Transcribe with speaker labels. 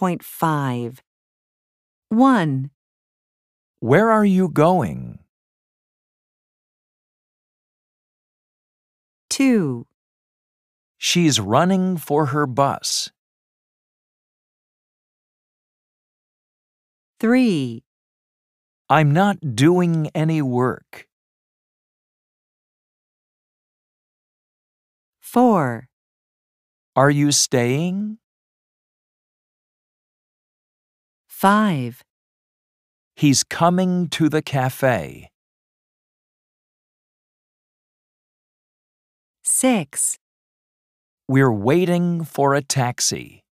Speaker 1: 9.5. 1,
Speaker 2: Where are you going?
Speaker 1: 2,
Speaker 2: She's running for her bus.
Speaker 1: 3,
Speaker 2: I'm not doing any work.
Speaker 1: 4,
Speaker 2: Are you staying?
Speaker 1: 5,
Speaker 2: He's coming to the cafe.
Speaker 1: 6.
Speaker 2: We're waiting for a taxi.